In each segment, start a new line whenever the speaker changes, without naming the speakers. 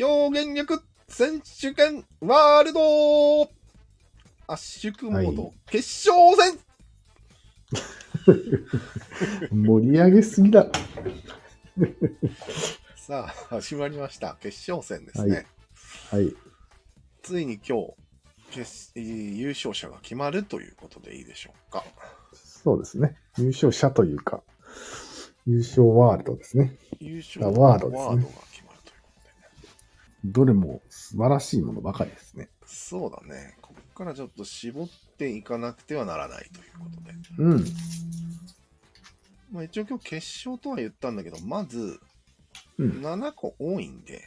表現力選手権ワールド圧縮モード、
は
決勝戦
盛り上げすぎだ。
さあ、始まりました。決勝戦ですね。
はいはい。
ついに今日、決えー優勝者が決まるということでいいでしょうか。
そうですね。優勝者というか、優勝ワールドですね。
優勝
あワードですね
ワードが決まるということでね。
どれも素晴らしいものばかりですね。
そうだね。ここからちょっと絞っていかなくてはならないということで。
うん。
まあ、一応今日決勝とは言ったんだけど、まず、
うん。
7個多いんで、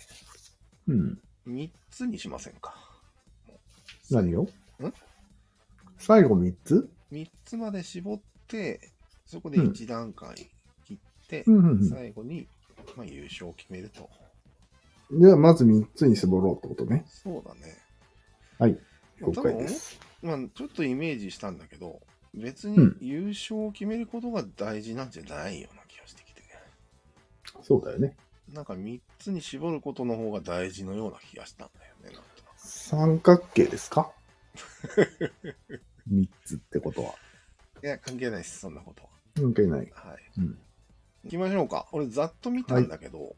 うん。
3つにしませんか。
何を最後3つ
?3 つまで絞って、そこで1段階切って、
うんうん
最後に、まあ、優勝を決めると。
うん。じゃあ、まず3つに絞ろうってことね。
そうだね。
はい。
多
了
分
解で
思っ
す。
まあ、ちょっとイメージしたんだけど、別に
うん
優勝を決めることが大事なんじゃないような気がしてきて、
そうだよね。
なんか3つに絞ることの方が大事のような気がしたんだよね、なんとなく
三角形ですか ?3 つってことは。
いや、関係ないです、そんなこと
関係ない。
は。はい。
うん。
行きましょうか。俺、ざっと見たんだけど、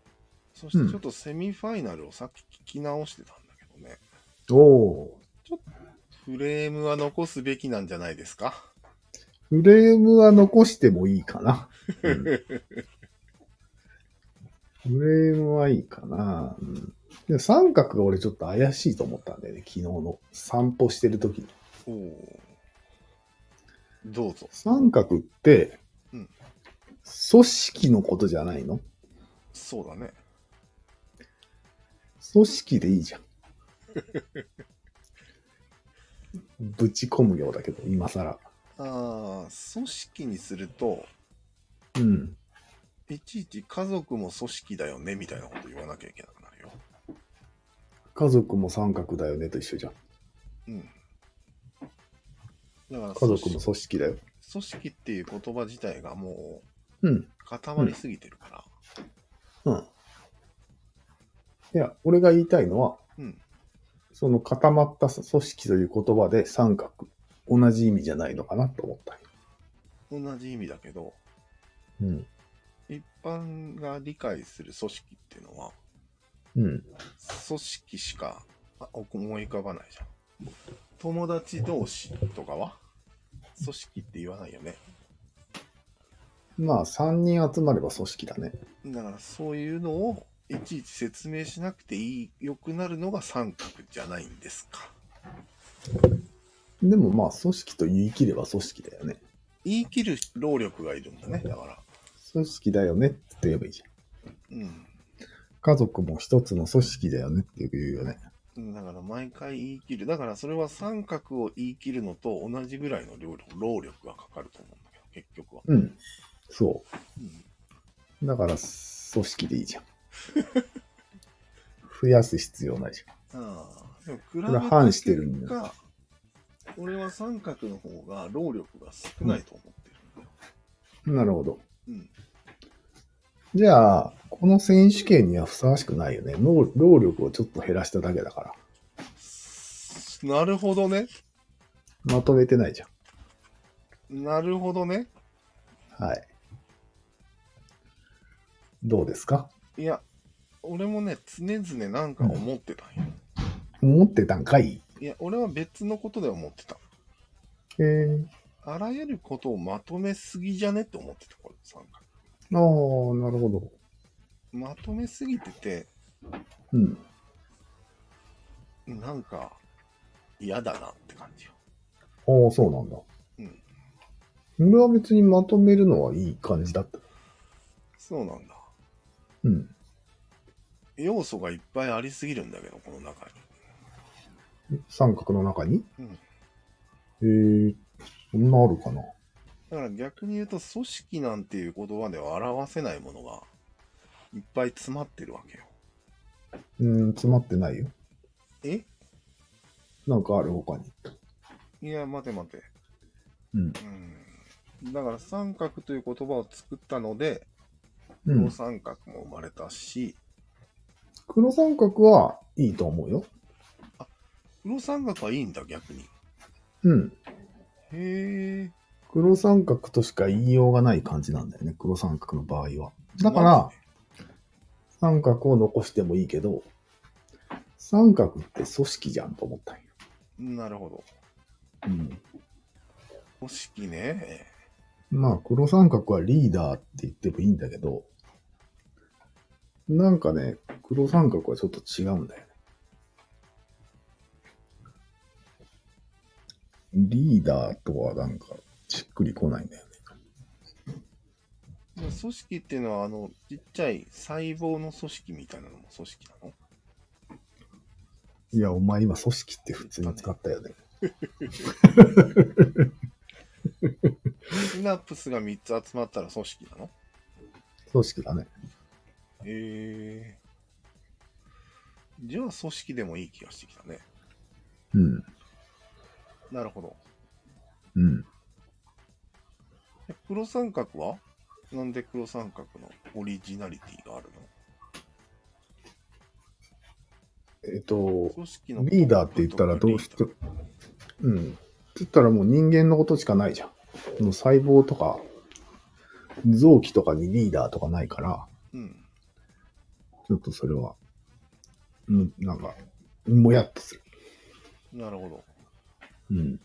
そしてちょっとセミファイナルをさっき聞き直してたんだけどね、
おお
フレームは残すべきなんじゃないですか。
フレームは残してもいいか な。うんフレームはいいかな。うん、で三角が俺ちょっと怪しいと思ったんだよね、昨日の散歩してる時に。
おお。どうぞ。
三角って、
うん
組織のことじゃないの
そうだね。
組織でいい じゃん。ぶち込むようだけど、今更。
ああ、組織にすると、
うん。
いちいち家族も組織だよね、みたいなこと言わなきゃいけなくなるよ。
家族も三角だよねと一緒じゃん。
うん。だから
家族
組
も
織
組織だよ。
組織っていう言葉自体がも
うん。
う固まりすぎてるから。
うん。いや、俺が言いたいのは、
うん。
その固まった組織という言葉で三角、同じ意味じゃないのかなと思ったよ。
同じ意味だけど、
うん。
一般が理解する組織っていうのは、
うん。
組織しかあ思い浮かばないじゃん。友達同士とかは組織って言わないよね。
まあ、三人集まれば組織だね。
だからそういうのをいちいち説明しなくていいよくなるのが三角じゃないんですか。
でもまあ、組織と言い切れば組織だよね。
言い切る労力がいるんだね、だから。
組織だよねって言えばいいじゃん。
うん。
家族も一つの組織だよねってよく言うよね。
だから毎回言い切る。だからそれは三角を言い切るのと同じぐらいの労力労力がかかると思うんだけど、結局は。
うん。そ
うん
う。だから、組織でいい じゃん。増やす必要ないじゃ
ああ、でも比べ
ん。これ反してるんだよ。
か、俺は三角の方が労力が少ないと思ってるんだよ。
なるほど。
うん。
じゃあ、この選手権にはふさわしくないよね。能労力をちょっと減らしただけだから。
なるほどね。
まとめてないじゃ
なるほどね。
ん。はい。どうですか
いや、俺もね、常々なんか思ってたんよ。
思ってたんかい
いや、俺は別のことで思ってた。
えー、
あらゆることをまとめすぎじゃねって思ってた、これ、三角。
ああ、なるほど。
まとめすぎてて、
うん。
なんか、嫌だなって感じよ。
ああ、そうなんだ。
うん。
俺は別にまとめるのはいい感じだった。
そうなんだ。
うん。
要素がいっぱいありすぎるんだけど、この中
三角の中に
に。うん。
ええそんなあるかな
だから逆に言うと、組織なんていう言葉では表せないものが、いっぱい詰まってるわけよ。
うん、詰まってないよ。
え
なんかある他に。
いや、待て待て。
うん。
うん。だから三角という言葉を作ったので、
うん
両。三角も生まれたし、
黒三角はいいと思うよ。
黒三角はいいんだ、逆に。
うん。
へえ。
黒三角としか言いようがない感じなんだよね。黒三角の場合は。だから、三角を残してもいいけど、三角って組織じゃんと思ったんよ。
なるほど。
うん。
組織ね。
まあ、黒三角はリーダーって言ってもいいんだけど、なんかね、黒三角はちょっと違うんだよね。リーダーとはなんか、しっくりこないんだよ
組
ね。
織っていうのは、あの、ちっちゃい細胞の組織みたいなのも組織なの
いや、お前今、組織って普通に使ったよね。
シナプスが3つ集まったら組織なの
組織だね。
へえ。じゃあ、組織でもいい気がしてきたね。
うん。
なるほど。
うん。
え黒三角はなんで黒三角のオリジナリティがある
えっ
の
と、
組織の
リーダーって言ったらどうして、うん。って言ったらもう人間のことしかないじゃん。もう細胞とか、臓器とかにリーダーとかないから、
うん。
ちょっとそれは、うん、なんか、もやっとする。
なるほど。
うん。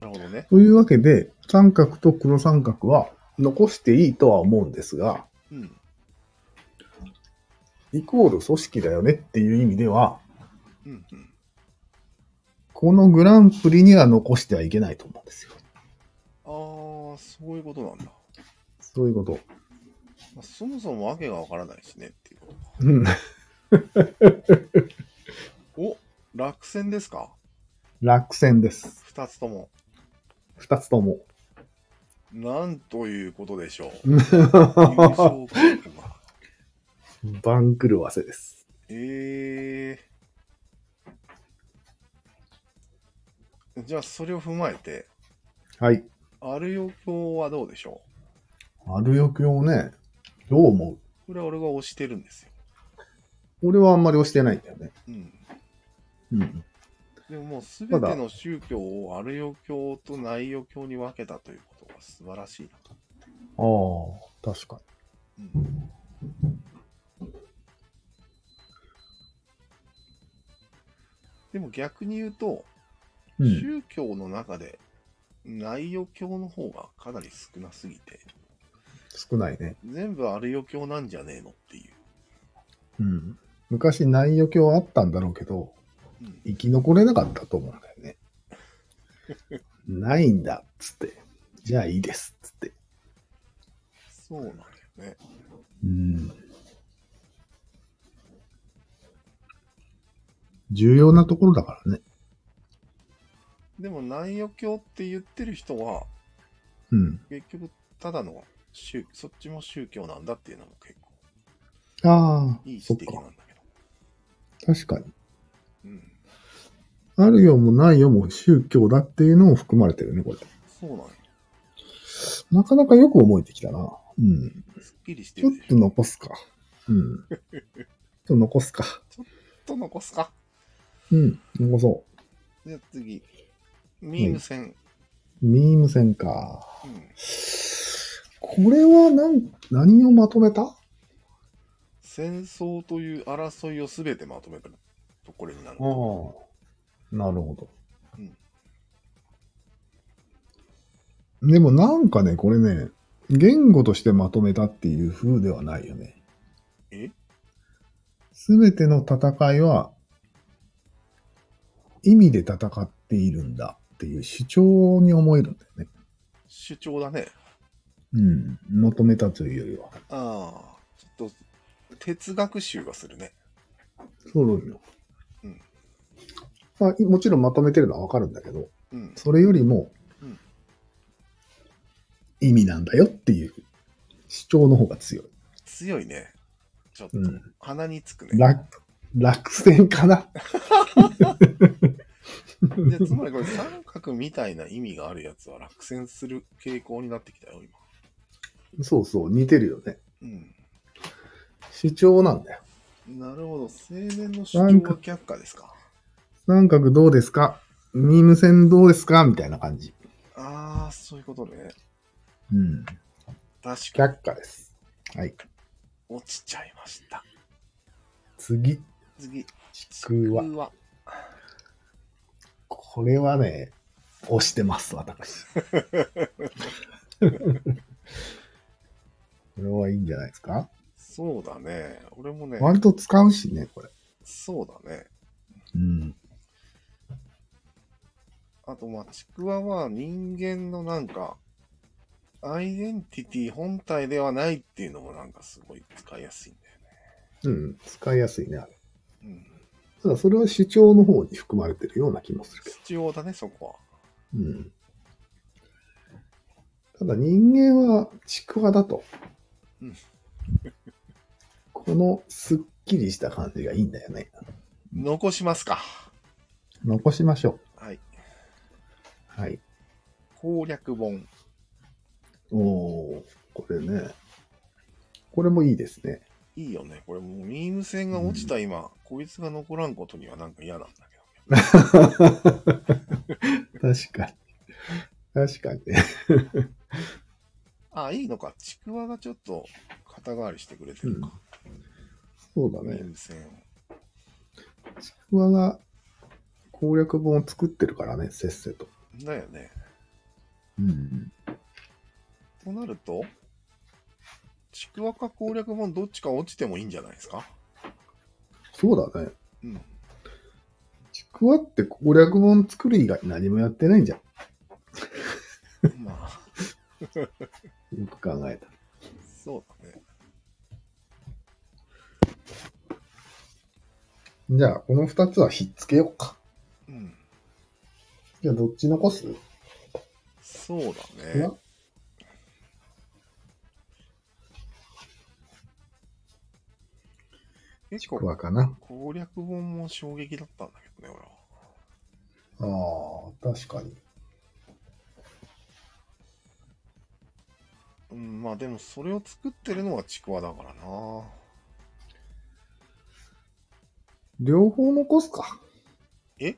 なるほどね。
というわけで、三角と黒三角は残していいとは思うんですが、
うん。
イコール組織だよねっていう意味では、
うん、うん。
このグランプリには残してはいけないと思うんですよ。
ああ、そういうことなんだ。
そういうこと。
まあそもそもわけがわからないしねっていうことか。
うん。
お落選ですか
落選です。
二つとも。
二つとも。
なんということで しょう。優勝
番
候補が。
狂わせです。
ええじゃあ、それを踏まえて、
はい。
あるよ教はどうでしょ
あるよ教ね、どう思
うこれは俺が推してるんですよ。
う俺はあんまり押してないんだよね。
うん。
うん。
でももう全て
ただ
の宗教をあるよ教と内容教に分けたということが素晴らしいなと。
ああ、確か
うん、でも逆に言うと、
に。うん。
宗教の中で内容教の方がかなり少なすぎて、
少ないね。
全部あるよ教なんじゃねえのっていう。
うん。昔内容教あったんだろうけど、
うん
生き残れなかったと思うんだよね。 ないんだっつって。じゃあいいですっつって。
そうなんだよね。
うん重要なところだからね。
でも内容教って言ってる人は、
うん。
結局ただの宗そっちも宗教なんだっていうのも結構
ああ、
いい
そっ
指摘
か。
なんだけど。
確かに。
うん。
あるよもないよも宗教だっていうのも含まれてるね、これ。
そうなんよ
なかなかよく思えてきたな。うん。
すっきりして
ちょ
る
っ
でしょ。
と残すか。うん。ちょっと残すか。
ちょっと残すか。
うん。残そ
じゃあ次。ミーム戦。
う。ミーム戦か。
うん。
これは何、何をまとめた
戦争という争いを全てまとめたとこれになる
あ。あ、なるほど。でもなんかね、これね、言語としてまとめたっていう風ではないよね。
え
すべての戦いは、意味で戦っているんだっていう主張に思えるんだよね。
主張だね。
うん。まとめたというよりは。
ああ。ちょっと哲学集がするね。
そうだよ。
うん
まあ、いもちろんまとめてるのはわかるんだけど、
うん。
それよりも
うん、
意味なんだよっていう主張の方が強い。
強いね。ちょっと
うん
鼻につくね。
落落選かな
でつまりこれ三角みたいな意味があるやつは落選する傾向になってきたよ、今。
そうそう、似てるよね。
うん。
主張なんだよ。
なるほど。青年の主張は却下ですか。
三角どうですかミーム戦どうですかみたいな感じ。
ああ、そういうことね。
うん。
確かに。
却下です。はい。
落ちちゃいました。
次、
次。
ちくわ。
わ。
これはね、押してます、 私。これはいいんじゃないですか
そうだね。俺もね、
割と使うしね、これ。
そうだね。
うん。
あと、まあ、ちくわは人間のなんか、アイデンティティ本体ではないっていうのもなんかすごい使いやすいん
うん、使いやすいね、あれ。
だよね。
ただ、それは主張の方に含まれてるような気もする
う
け
ん。必要だね、そこは。
ど。うん。ただ、人間はちくわだと。
うん
このすっきりした感じがいいんだよね。
残しますか。
残しましょ
はい。
う。はい。
攻略本。
おおこれね。これもいいですね。
いいよね。これもうミーム線が落ちた今、こいつが残らんことにはなんか嫌なんだけど。
確かに。確かにね。
あ、いいのか。ちくわがちょっと肩代わりしてくれてるか。
そうだ
ミー
ね。
ム線を。
ちくわが攻略本を作ってるからね、せっせと。
だよね。
うん。
となると、ちくわか攻略本どっちか落ちてもいいんじゃないですか。
そうだね。
うん。
ちくわって攻略本作る以外何もやってないんじゃん。
まあ、
よく考えたら。
そうだね。
じゃあ、この2つはひっつけようか。
うん。
じゃあ、どっち残す
そうだ
う
ね
わ。
結
ちく
構
わかな。
攻略本も衝撃だったんだけどね、俺は。
ああ、確かに。
うん、まあでもそれを作ってるのはちくわだからな。
両方残すか。
え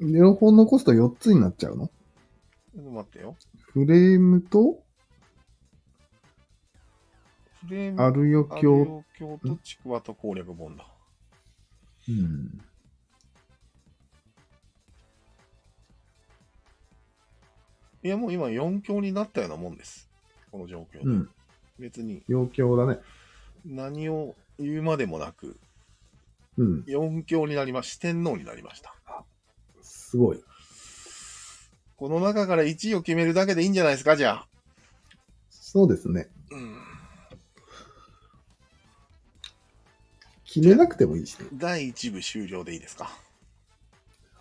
両方残すと4つになっちゃうの
ちょっと待ってよ。
フレームと
フレーム、
アルヨ
アル
教。
ヨ教とちくわと攻略本だ。
うん。
いや、もう今4強になったようなもんです。この状況で。
うん。
別に
要教だね。
何を言うまでもなく、
うん。
4強になりまし、四天王になりました。
すごい。
この中から1位を決めるだけでいいんじゃないですか、じゃあ。
そうですね。
うん。
決めなくてもいいしね。
第1部終了でいいですか。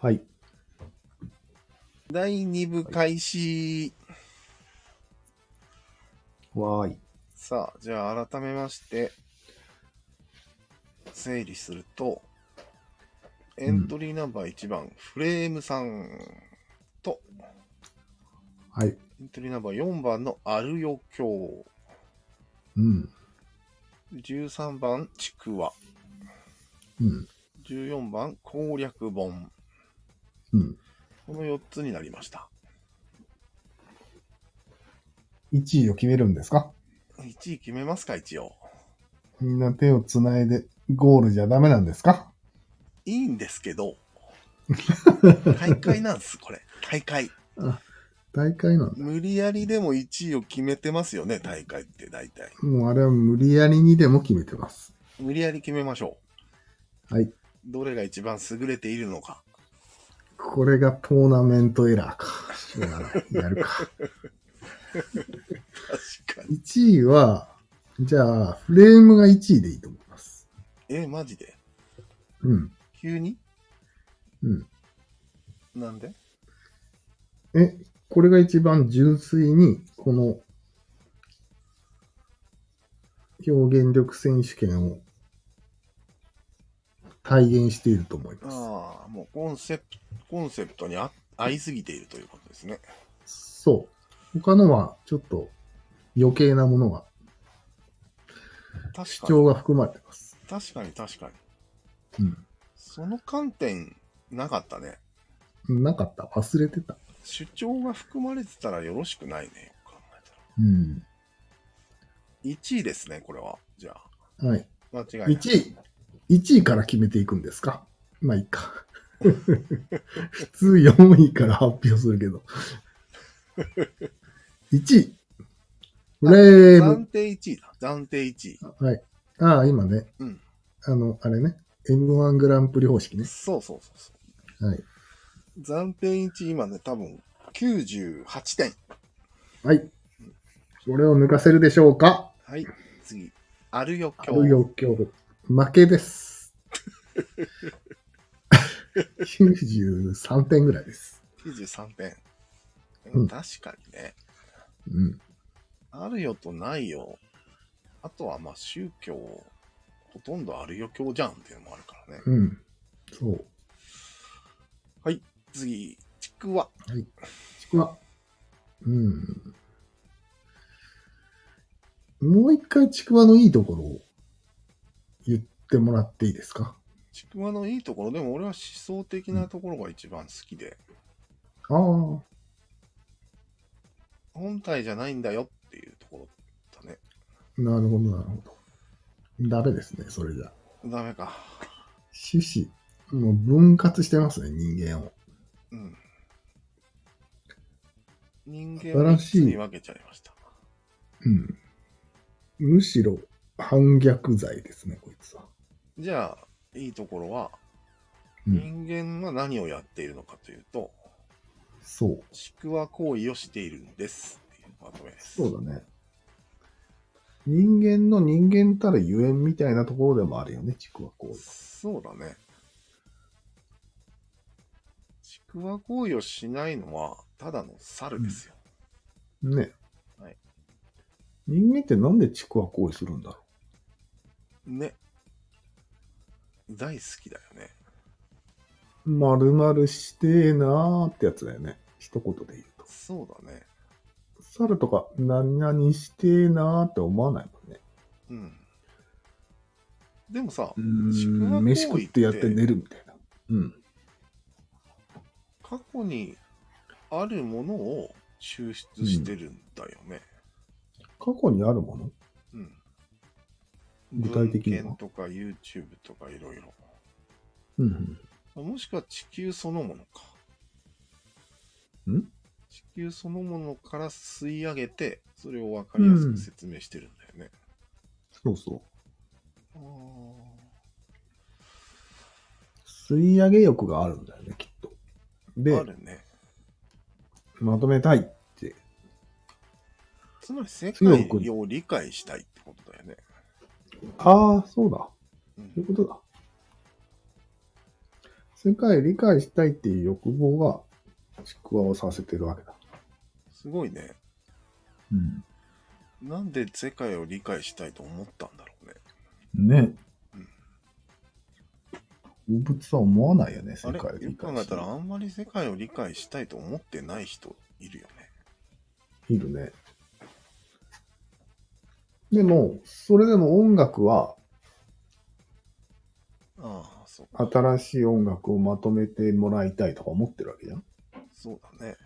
はい。
第2部開始。
わーい。
さあ、じゃあ改めまして、整理すると、エントリーナンバー1番、フレームさんと、
はい。
エントリーナンバー4番のアルヨ教、
うん。
13番、ちくわ、
うん。
14番、攻略本、
うん。
この4つになりました。
1位を決めるんですか
1位決めますか、一応。
みんな手をつないでゴールじゃダメなんですか
いいんですけ ど、大会なんです、これ。大会。
大会なんだ。
無理やりでも1位を決めてますよね、大会って大体。
もうあれは無理やりにでも決めてます。
無理やり決めましょう。
はい。
どれが一番優れているのか。
これがトーナメントエラーか。しょうがない。やる か。
確かに。
1位は、じゃあ、フレームが1位でいいと思います。
え、マジで
うん。
急に
うん。
なんで
え、これが一番純粋に、この、表現力選手権を体現していると思いま
ああ、もうコンセプト、コンセプトにあ合いすぎているということですね。
す。そう。他のは、ちょっと余計なものが、
確
主
かに。
張が含まれてます。
確かに確か
う
に。
ん
その観点、なかったね。
なかった。忘れてた。
主張が含まれてたらよろしくないね。よく考えたら。
うん。
1位ですね、これは。じゃあ。
はい。
間違いない。
1位、1位から決めていくんですかまあいいか。 普通4位から発表するけ ど。1位。フレーム
暫。定1位だ。暫定1位。
はい。ああ、今ね。
うん
あの、あれね。M1 グランプリ方式ね。
そうそうそうそ
はい。
う。暫定1位、今ね、多分98点。
はい。これを抜かせるでしょうか
はい。次。あるよ、
あ
今日。
るよ、今日。負けです。93点ぐらいです。
93点。
うん
確かにね。
うん。
あるよとないよ。あとはまあ宗教、ほとんどあるよ教じゃんっていうのもあるからね。
うん。そう。
次、ちくわ。
ちくわ。うん。もう一回ちくわのいいところを言ってもらっていいですか
ちくわのいいところ、でも俺は思想的なところが一番好きで、
ああ。
本体じゃないんだよっていうところだね。
なるほど、なるほど。ダメですね、それじゃ。
ダメか。
趣旨、もう分割してますね、人間を。
うん。人間
新
を
しい
3つに分けちゃいました。
うん。むしろ反逆罪ですね、こいつは。
じゃあ、いいところは、
うん。
人間は何をやっているのかというと、
そう。
ちくわ行為をしているんです。っていうまとめです。
そうだね。人間の人間たるゆえんみたいなところでもあるよね、ちくわこう。
そうだね。ちくわ行為をしないのは、ただの猿ですよ。
ね。
はい
人間ってなんでちくわ行為するんだろ
ね。大好きだよね。
う。まるまるしてーなーってやつだよね。一言で言うと。
そうだね。
猿とか何々してーなーって思わないもんね。
うん。でもさ、ちくわ行為っ
ん
て
飯食ってやって寝るみたいな。うん。
過去にあるものを抽出してるんだよね。
過去にあるもの
うん。
具体的には
文献とか YouTube とかいろいろ。
うん
もしくは地球そのものか。
うん。ん
地球そのものから吸い上げて、それを分かりやすく説明してるんだよね。
そうそう。
あ
吸い上げ欲があるんだよね、きっと。
ー
で
あ、るね。
まとめたいって。
つまり世
強く
界を理解したいってことだよね。
ああ、そうだ。
う
そうい
ん
うことだ。世界を理解したいっていう欲望が、ちくわをさせてるわけだ。
すごいね。
うん。
なんで世界を理解したいと思ったんだろうね。
ね。動物は思わないよね、世
あれ、
界を
よ
理
く考
解
え
した
たら
ら
あんまり世界を理解したいと思ってない人いるよね。
いるね。でも、それでも音楽は、
ああ、そう
新しい音楽をまとめてもらいたいとか思ってるわけじゃん。
そうだね。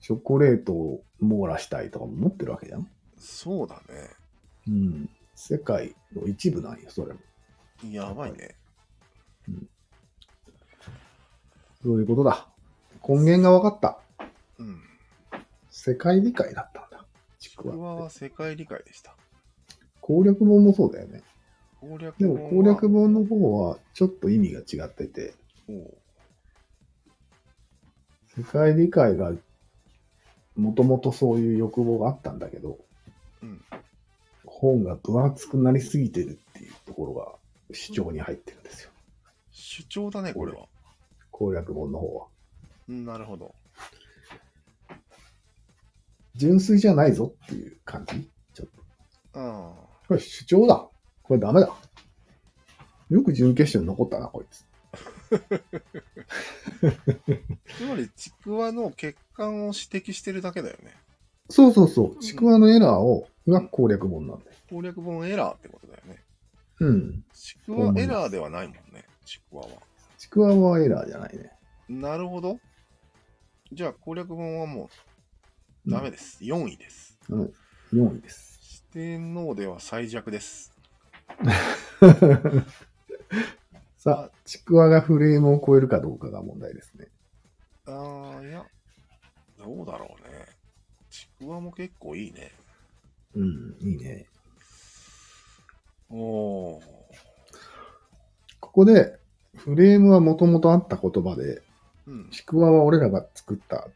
チョコレートを網羅したいとか思ってるわけじゃん。
そうだ
うん。世界の一部なんよ、それも。
ね。やばいね。
そういうことだ。根源が分かった。
うん。
世界理解だったんだ。ちく
僕
わっ
は
て。
世界理解でした。
攻略本もそうだよね。
攻略
で
本
も
は
攻略本の方はちょっと意味が違ってて、
おう
世界理解がもともとそういう欲望があったんだけど、
うん
本が分厚くなりすぎてるっていうところが主張に入ってるんですよ。
主張だね、これは。
攻略本の方は。
うんなるほど。
純粋じゃないぞっていう感じ。ちょっと。
あ
これ主張だ。これダメだ。よく準決勝に残ったな、こいつ。
あ。つまり、ちくわの欠陥を指摘してるだけだよね。
そうそうそう。ちくわのエラーを、が攻略本なんだよ。
攻略本エラーってことだよね。
うん。
ちくわエラーではないもんね、ちくわは。
ちくわはエラーじゃないね。
なるほど。じゃあ攻略本はもうダメです。4位です。
4位です。
四天王では最弱です。
さあ、ちくわがフレームを超えるかどうかが問題ですね。
あー、いや、どうだろうね。ちくわも結構いいね。
うん、いいね。
おー。
ここで、フレームはもともとあった言葉で、
うん、
ちくわは俺らが作った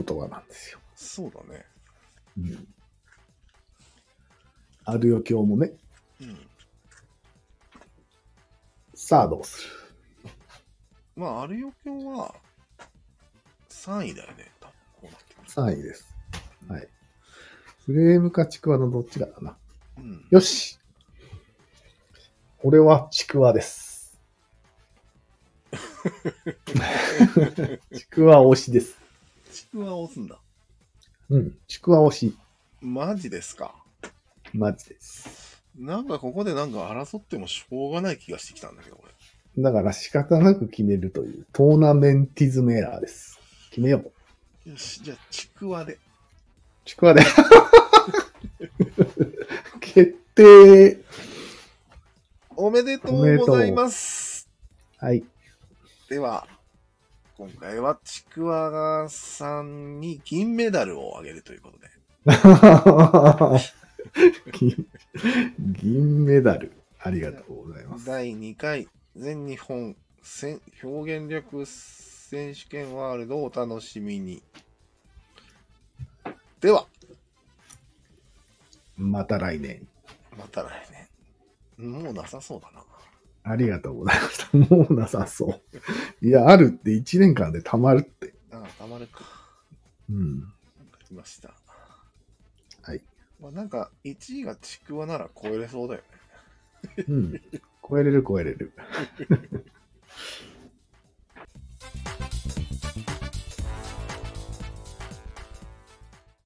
言葉なんですよ。
そうだね。
うん。あるよ、今日もね。
うん。
さあ、どうする
まあ、あるよ今日は3位だよね。多分こうなってくる
?3 位です。はい。フレームかちくわのどっちかだな。
うん。
よし俺はちくわです。ちくわ推しです。
ちくわを押すんだ。
うん。ちくわ推し。
マジですか。
マジです。
なんかここでなんか争ってもしょうがない気がしてきたんだけど、俺。
だから仕方なく決めるというトーナメンティズムエラーです。決めよう。
よし、じゃあ、ちくわで。
ちくわで。決定。
おめでとうございます。
はい。
では、今回はちくわがさんに銀メダルをあげるということで。
銀 銀メダル。ありがとうございます。
第2回全日本戦表現力選手権ワールドをお楽しみに。では、
また来年。
また来年。もうなさそうだな。
ありがとうございました。 もうなさそう。いや、あるって1年間でたまるって。
ああ、たまるか。
うん。
わかりました。
はい。
まあ、なんか、1位がちくわなら超えれそうだよね。
うん。超えれる超えれる。